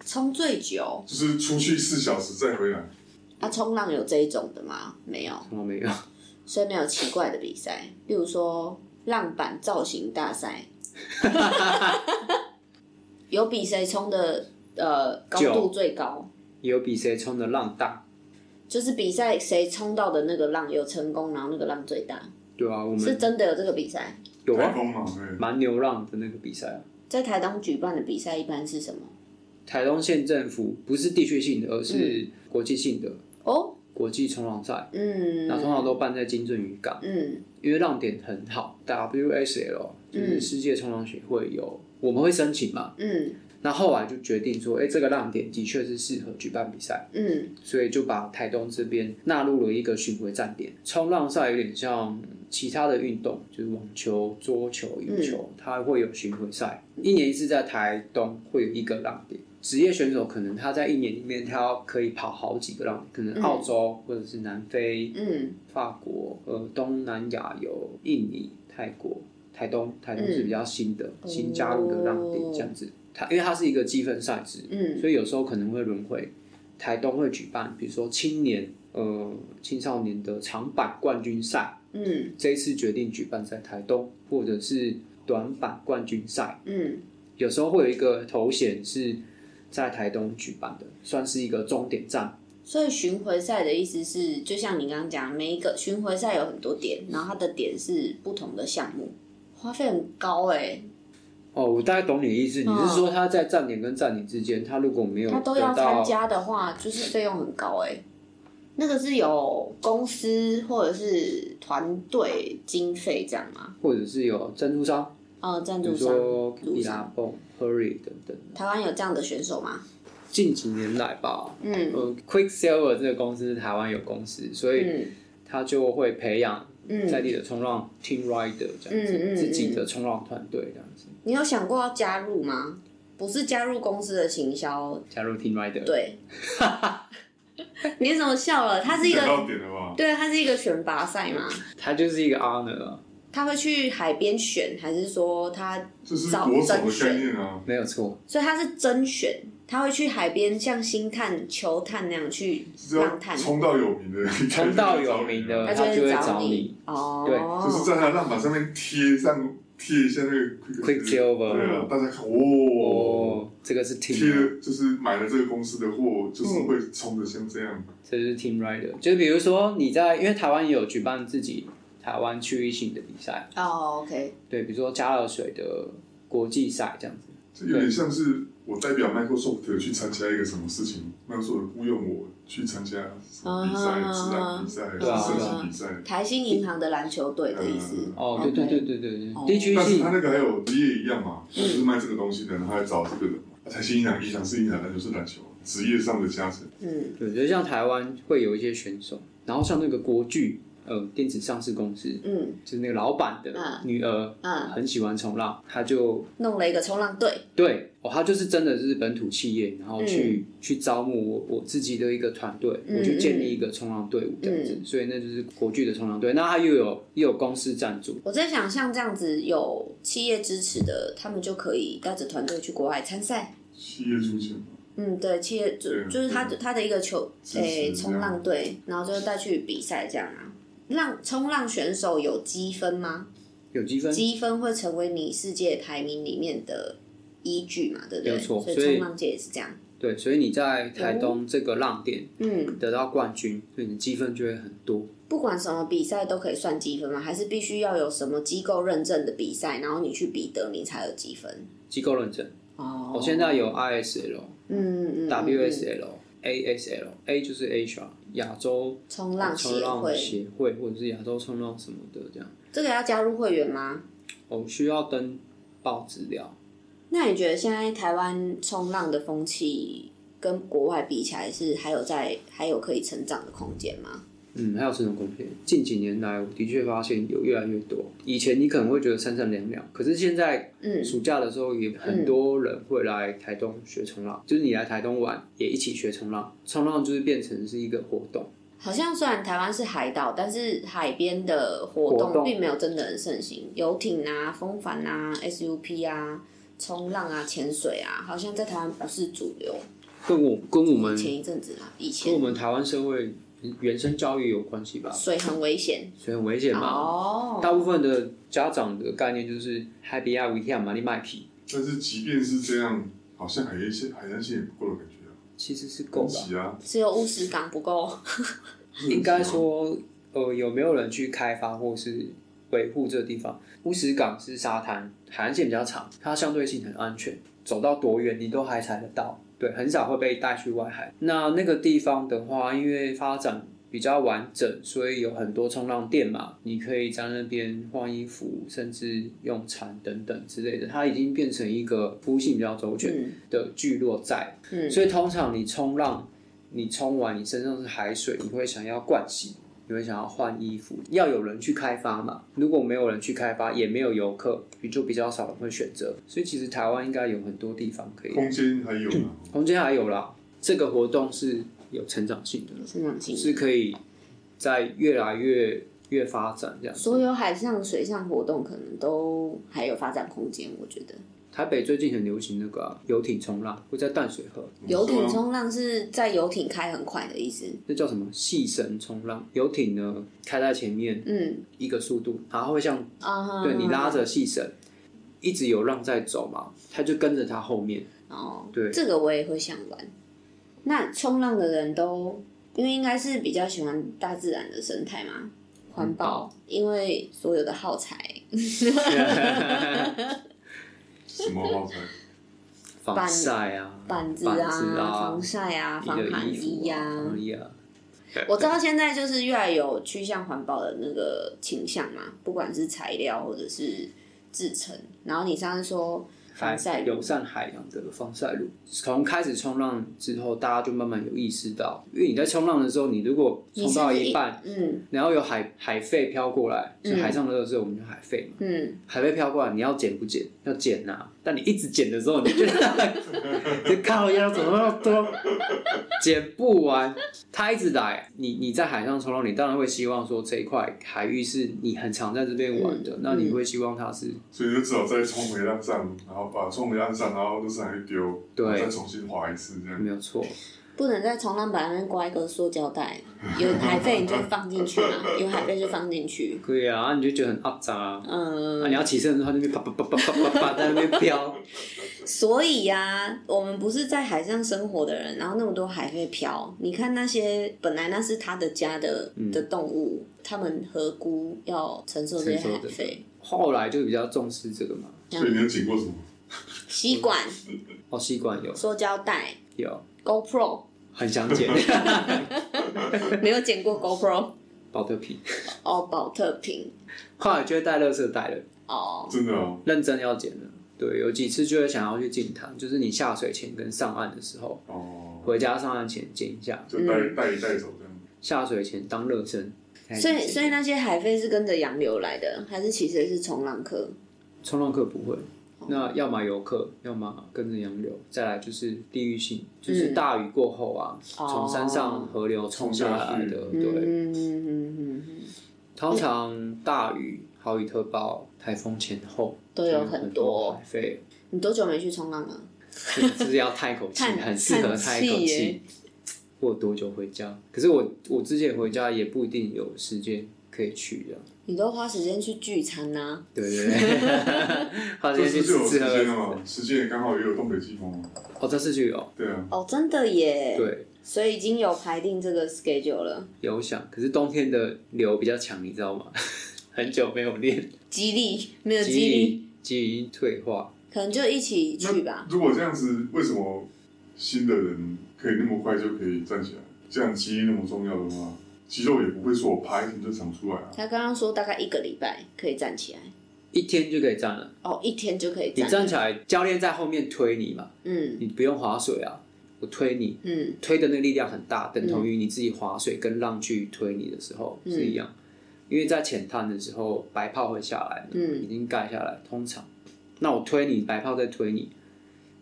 冲最久
就是出去四小时再回来。
啊，冲浪有这一种的吗？没有，
我没有，
所以没有奇怪的比赛，例如说浪板造型大
[laughs]
赛，有比谁冲的呃高
久
度最高。
也有比谁冲的浪大，
就是比赛谁冲到的那个浪有成功，然后那个浪最大，
对啊，我
嗯
是
们
真的有这个比赛。
有
台
啊，
风嘛，对，
蛮牛浪的那个比赛啊。
在台东举办的比赛一般是什么？
台东县政府不是地区性的，而是
嗯
国际性的
哦，
国际冲浪赛，
嗯，
那通常都办在金正渔港，
嗯
因为浪点很好，WSL 就是
嗯
世界冲浪协会有，我们会申请嘛。
嗯
那后来就决定说，哎、这个浪点的确是适合举办比赛，
嗯
所以就把台东这边纳入了一个巡回站点。冲浪赛有点像其他的运动，就是网球、桌球、
嗯
羽球，它会有巡回赛，一年一次在台东会有一个浪点。职业选手可能他在一年里面，他要可以跑好几个浪点，可能澳洲或者是南非、
嗯
法国、呃东南亚有印尼、泰国、台东，台东是比较新的、
嗯
新加入的浪点
哦
这样子。它因为它是一个积分赛制，
嗯，
所以有时候可能会轮回。台东会举办，比如说青年呃青少年的长板冠军赛，
嗯
这一次决定举办在台东，或者是短板冠军赛，
嗯
有时候会有一个头衔是在台东举办的，算是一个终点站。
所以巡回赛的意思是，就像你刚刚讲，每一个巡回赛有很多点，然后它的点是不同的项目，花费很高哎、
哦，我大概懂你的意思，你
嗯
是说他在站点跟站点之间，他如果没有
他
得
都要
到啊
参加的话，就是费用很高哎、那个是有公司或者是团队经费这样吗？
或者是有赞助商，
呃，赞
比
助
如
商，
说
助商
比拉蹦、Hurry 等等。
台湾有这样的选手吗？
近几年来吧，
嗯
呃，Quicksilver 这个公司是台湾有公司，所以
嗯
他就会培养在
嗯，
地的冲浪 team rider 这样
嗯
子，
嗯嗯
自己的冲浪团队这样子，
你有想过要加入吗？不是加入公司的行销，
加入 team rider。，
对。
[laughs]
你怎么笑了？他是一
讲
个，
到点了吧？
对，他是一个选拔赛嘛。
他就是一个 honor 啊，
他会去海边选，还是说他
这是国手的概念啊，
没有错。
所以他是甄选，他会去海边像星探、球探那样去
是要
浪探，
冲到有
[laughs]
名的，
冲到有名的
他
他就会
会
找你
你。哦，
啊就是在他浪板上面贴上贴一下那个
Quicksilver
对啊，大家看哦，
哦，这个是
贴
team，
了就是买了这个公司的货，就是会冲的像这样，
这是 team rider。就是比如说你在，因为台湾也有举办自己台湾区域性的比赛，
哦，OK，
对，比如说加热水的国际赛这样子。
这有点像是我代表 Microsoft 去参加一个什么事情，Microsoft 雇佣我去参加什么比赛、
啊
自然比赛、
对啊
设计比赛，
台新银行的篮球队的意思
嗯。
哦，对
OK
对对对对对，啊嗯
哦
地区
但是
性
他那个还有职业一样嘛，就是卖这个东西的，然后还找这个人嘛。才新一两一两是一两，篮球是篮球，职业上的加成。
嗯
对，就像台湾会有一些选手，然后像那个国巨，呃，电子上市公司，
嗯
就是那个老板的
嗯
女儿，
嗯，
很喜欢冲浪，她就
弄了一个冲浪队。
对哦，她就是真的是本土企业，然后去、去招募我我自己的一个团队，
嗯
我去建立一个冲浪队伍这样子，所以那就是国巨的冲浪队。那他又有又有公司赞助，
我在想，像这样子有企业支持的，他们就可以带着团队去国外参赛。
企业出钱嘛，
嗯，对，企业就
对
就是他
对
他的一个球，
支持
诶，
这样
冲浪队，然后就带去比赛这样啊。浪冲浪选手有积分吗？
有积分，
积分会成为你世界排名里面的依据嘛，对不对？
没有错
所以
所以
冲浪界也是这样。
对，所以你
哦
在台东这个浪点
嗯，
得到冠军，所以你积分就会很多。
不管什么比赛都可以算积分吗？还是必须要有什么机构认证的比赛，然后你去比得你才有积分？
机构认证，
哦
我、现在有 ISL、
嗯嗯嗯
WSL、ASL、A 就是 Asia 亚洲
冲浪
哦冲
协
浪
会，
协会或者是亚洲冲浪什么的这样。
这个要加入会员吗？
我需要登报资料。
那你觉得现在台湾冲浪的风气跟国外比起来是还有在还有可以成长的空间吗？
嗯，还有成人空间。近几年来，我的确发现有越来越多。以前你可能会觉得三三两两，可是现在
嗯
暑假的时候也很多人会来台东学冲浪，就是你来台东玩也一起学冲浪，冲浪就是变成是一个活动。
好像虽然台湾是海岛，但是海边的活
活
动
动
并没有真的很盛行，游艇啊、风帆啊、SUP 啊、冲浪啊、潜水啊，好像在台湾不是主流。
跟我跟我们
前一阵子啊，以
跟我
前
们台湾社会原生教育有关系吧，
水很危险
所以很危险嘛。
哦，
大部分的家长的概念就是海比亚维亚玛丽麦皮，
但是即便是这样，好像海岸线海岸线也不够的感觉啊，
其实是够
很
吧。
挤啊，
只有乌石港不够。
应该说，呃，有没有人去开发或是维护这个地方？乌石港是沙滩，海岸线比较长，它相对性很安全，走到多远你都还踩得到。对，很少会被带去外海。那那个地方的话，因为发展比较完整，所以有很多冲浪店嘛，你可以在那边换衣服，甚至用餐等等之类的。它已经变成一个服务性比较周全
嗯
的聚落在。
嗯，
所以通常你冲浪，你冲完你身上是海水，你会想要灌洗，你会想要换衣服，要有人去开发嘛。如果没有人去开发，也没有游客，就比较少人会选择。所以其实台湾应该有很多地方可以，
空间还有啊，
空间还有啦。这个活动是有成长性的，
成长性
是可以在越来越越发展这样。
所有海上、水上活动可能都还有发展空间，我觉得。
台北最近很流行那个啊、游艇冲浪，会在淡水河，
游
对
艇
啊
冲浪是在游艇开很快的意思。
那叫什么细绳冲浪？游艇呢开在前面
嗯
一个速度，然后会像
啊，
对你拉着细绳，一直有浪在走嘛，它就跟着它后面。
哦，
对
这个我也会想玩。那冲浪的人都，因为应该是比较喜欢大自然的生态嘛，环保，因为所有的耗材，
什么耗材？
防晒啊，
板子
子啊，
防晒啊，防
你的
寒
衣
衣
服
呀、
啊，防衣啊。
我知道现在就是越来有趋向环保的那个倾向嘛，不管是材料或者是制成。然后你上次说防晒
海
乳
友善海洋的防晒乳，从开始冲浪之后，大家就慢慢有意识到，因为你在冲浪的时候，你如果冲到一半，，
你是不是嗯
然后有海海狒飘过来，就
嗯
海上的热候我们叫海狒嘛，
嗯，
海狒飘过来，你要捡不捡？要捡呐、但你一直捡的时候，你就 [laughs] 就靠腰怎么那么多，捡不完。它一直来，你你在海上冲浪，你当然会希望说这一块海域是你很常在这边玩的，
嗯
那你会希望它是
所以就只好再冲回浪上，然后把冲回浪上，然后都是还会丢，
对
然后再重新划一次这样。
没有错。
不能在冲浪板那边挂一个塑胶
[laughs]
袋，有海费你就放进去嘛，有海费就放进去。
对啊，你就觉得很肮脏啊。那、
嗯，
你要起身的时候，它就会啪啪啪啪啪啪啪在那边飘，
所以呀、我们不是在海上生活的人，然后那么多海费漂，你看那些本来那是他的家的、
嗯
的动物，他们何辜要承受这些海
承受这
费？
后来就比较重视这个嘛。
所以你有捡过什么？
吸管、
哦，吸管有
塑胶袋、
有，
GoPro，
很想
[laughs]
捡
没有捡
嗯
过 GoPro
保特瓶，
哦，保特瓶
后来就会带垃圾袋了。
哦，
真的哦，
认真要捡的。对，有几次就会想要去进滩，就是你下水前跟上岸的时候，
哦，
回家上岸前捡一下，
就带带一带走这样。
下水前当热身。
所以所以
呢，
那些海费是跟着洋流来的，还是其实是冲浪客？
冲浪客不会，
哦
那要么游客，要么跟着洋流，再来就是地域性，就是大雨过后啊，
嗯哦
从、山上河流冲下来的。
嗯
对，
嗯嗯嗯嗯嗯，
通常大雨、豪雨特报、台风前后
都有
就
很
多
多
海费，
你多久没去冲浪了？
这这是要叹口气，
叹
很适合叹一口
叹气
气
耶。
我有多久回家？可是我我之前回家也不一定有时间可以去这样。
你都花时间去聚餐呐、
对对对， [laughs] 好，今
这
天去
次
吃
就有时
吃
间了
喝。
嘛，时间也刚好也有东北季风嘛。
哦，这次就有
对啊，
哦，真的耶。。
对
所以已经有排定这个 schedule 了，
有想，可是冬天的流比较强，你知道吗？ [laughs] 很久没有练，
激励没有
肌
激励，
力肌力已经退化。
可能就一起去吧
那。如果这样子，为什么新的人可以那么快就可以站起来？这样肌力那么重要的话，肌肉也不会说我爬一天就长出来啊。
他刚刚说大概一个礼拜可以站起来，
一天就可以站了，
哦，一天就可以
你
站。
站起来，教练在后面推你嘛，
嗯，
你不用划水啊。我推你，
嗯
推的那个力量很大，等同于你自己划水跟浪去推你的时候
嗯
是一样。因为在浅滩的时候，白泡会下来嘛，
嗯
已经盖下来。通常，那我推你，白泡再推你，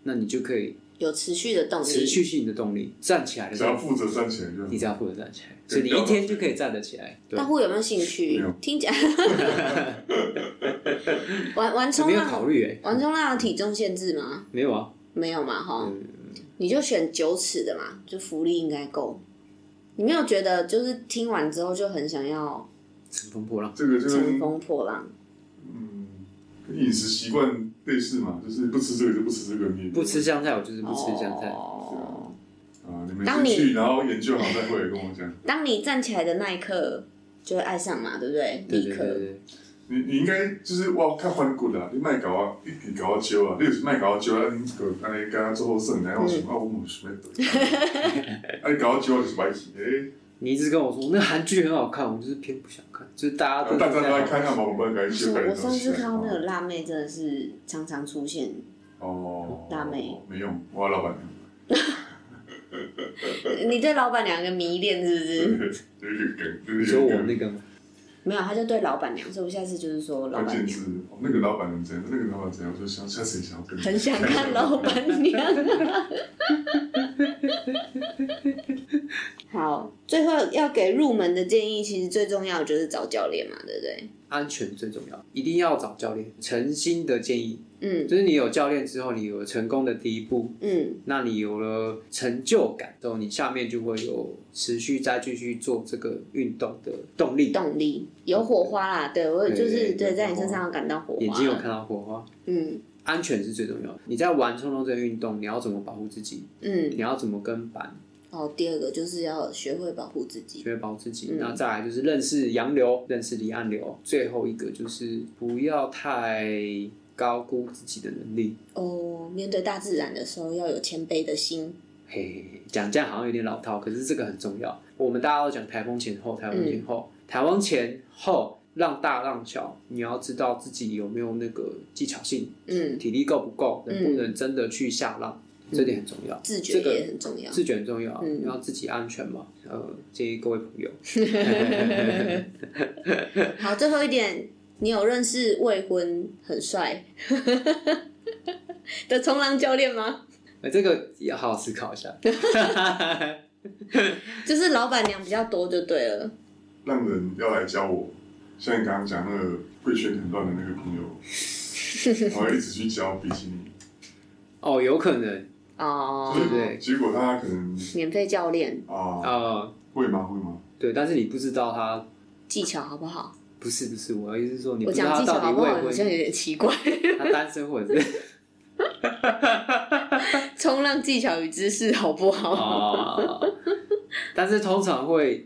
那你就可以
有持续的动力，
持续性的动
嗯
力，站起来的
只
时
要
候，
负责赚钱就好
你。只要负责站起来，所以你一天就可以站得起来。对
大，户有没有兴趣
没有？
听讲， [laughs] 玩玩
我
冲
没有
浪，
考虑哎，
玩冲浪有体重限制吗？
没有啊，
没有嘛，哈，
嗯
你就选九尺的嘛，就浮力应该够。你没有觉得就是听完之后就很想要
乘风破浪。
这个就
乘
跟
风破浪？
嗯跟饮食习惯类似嘛，就是不吃这个就不吃这个，你
不吃香菜，我就是不吃嗯香菜。
哦，
啊，你们
当
先
你
去，然后研究好再回来跟我讲。
当你站起来的那一刻，就会爱上嘛，对不对？
对
立
对
刻
对对，
你你应该就是哇，较反骨啦，你卖搞啊，你你搞啊招啊，你就是卖搞啊招啊，你就安尼甲做好算，然后我想啊，我冇想要倒，啊你搞啊招我就是白起，诶，
你一直跟我说那韩剧很好看，我就是偏不想看，就是大家都
大家都
在
来看看嘛，我们该
不
修
是，
改
我上次看到那个辣妹真的是常常出现，
哦，
辣妹
没用，我老板娘，
你对老板娘的迷恋是不是？
嗯
有一个梗，就是
你说我那个吗？
没有，他就对老板娘，所以我下次就是说老
关
板
键
娘，
字，哦那个老板娘怎样，那个老板怎样，我就想下次也想要跟，
很想看老板娘。好，最后要给入门的建议，其实最重要的就是找教练嘛，对不对？
安全最重要，一定要找教练。诚心的建议，
嗯
就是你有教练之后，你有成功的第一步，
嗯
那你有了成就感之后，你下面就会有持续再继续做这个运动的动力。
动力有火花啦，对我也就
对
是
对
对在你
有火花
身上感到火
眼
花
睛有看
了。
到火花，
嗯
安全是最重要的。你在玩冲浪这个运动，你要怎么保护自己？
嗯，
你要怎么跟板？
哦，第二个就是要学会保护自己。
学会保护自己。
嗯
那再来就是认识洋流，认识离岸流。最后一个就是不要太高估自己的能力。
哦，面对大自然的时候要有谦卑的心。
嘿嘿，嘿，讲这样好像有点老套，可是这个很重要。我们大家都讲台风前后，台风前
嗯
后，台风前后浪大浪小，你要知道自己有没有那个技巧性，
嗯，
体力够不够，
嗯
能不能真的去下浪，这点很重要。
自觉
这个
也很重要。
自觉很重要，
嗯
你要自己安全嘛。呃，建议各位朋友，
好，最后一点，你有认识未婚很帅的冲浪教练吗？
呃，这个也好好思考一下。
就是老板娘比较多就对了。
让人要来教我，像你刚刚讲那个贵圈很乱的那个朋友，我要一直去教比基尼，
哦，有可能
哦，
对不对
结果他可能
免费教练
啊，
啊、
会吗？会吗？
对，但是你不知道他
技巧好不好？
不是不是，我的意思是说，你不
我
知道
讲
他
技巧
到
好
底
不
未
好，好像
婚，
有点奇怪。
他单身或者是
冲浪技巧与知识好不好？
啊，但是通常会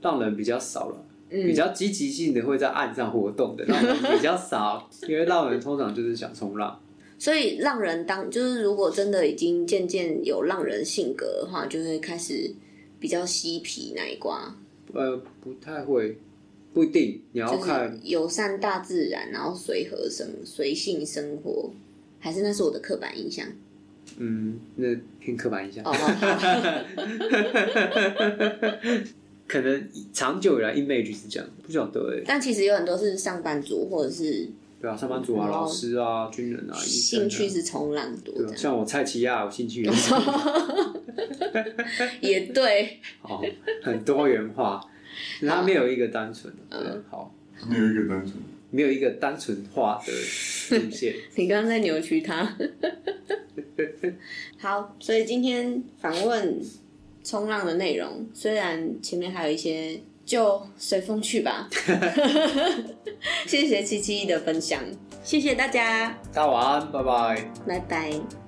让人比较少了。比
嗯，
较积极性的会在岸上活动的，让人比较少，因为浪人通常就是想冲浪，
所以浪人当就是如果真的已经渐渐有浪人性格的话，就会开始比较嬉皮那一挂。
呃，不太会，不一定，你要
就是
看
友善大自然，然后随和生随性生活，还是那是我的刻板印
[laughs]
象？
嗯，那偏刻板印象
哦，，好好
可能长久以来 image 是这样，不晓得哎、
但其实有很多是上班族或者是
对啊，上班族啊，
然后
老师啊，军人啊，医生啊
兴趣是冲浪多
对
这
啊，
样，
像我蔡奇亚，我兴趣也
[laughs]
是
也对。
哦，很多元
[laughs]
化，他没有一个单纯的，
嗯
对，好，
你有一个单纯，
没有一个单纯化的路线。
你刚刚在扭曲它。 [laughs] 好，所以今天访问冲浪的内容，虽然前面还有一些，就随风去
[laughs]
吧。 [laughs] 谢谢七七的分享，谢谢大家，
大家晚安，拜拜。
拜拜。